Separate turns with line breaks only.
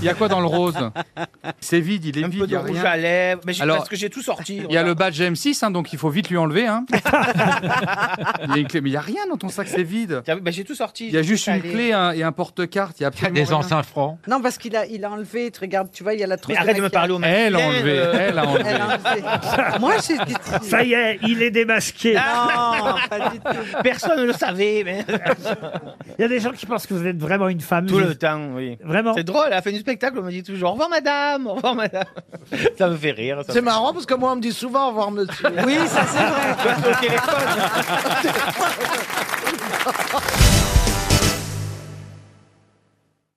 Il y a quoi dans le rose C'est vide, il est
Un
vide.
peu
il
de
y a
rouge
rien.
à lèvres. Mais j'ai-
Alors,
parce que j'ai tout sorti.
Il y a le
regarde.
badge M6, hein, donc il faut vite lui enlever. hein. il y a une clé, mais il n'y a rien dans ton sac, c'est vide.
Tiens, bah, j'ai tout sorti.
Il y a juste une clé hein, et un porte-carte. Il y a absolument
Des
rien.
anciens francs.
Non, parce qu'il a, il a enlevé, tu regardes, tu vois, il y a la trousse.
Mais arrête de me parler au
Elle a enlevé.
maquillage,
Elle a enlevé.
Elle a enlevé. Moi, j'ai dit.
Ça y est, il est démasqué.
Ah.
Non, pas du tout.
euh, Personne ne le savait, mais
Il y a des gens qui pensent que vous êtes vraiment une femme.
tout
Vous-
le temps, oui.
Vraiment.
C'est drôle, à la fin du spectacle, on me dit toujours au revoir madame, au revoir madame. Ça me fait rire. Ça
C'est
me-
marrant parce que moi, on me dit souvent au revoir, monsieur.
Oui, ça c'est vrai.
Toi, t'es au téléphone.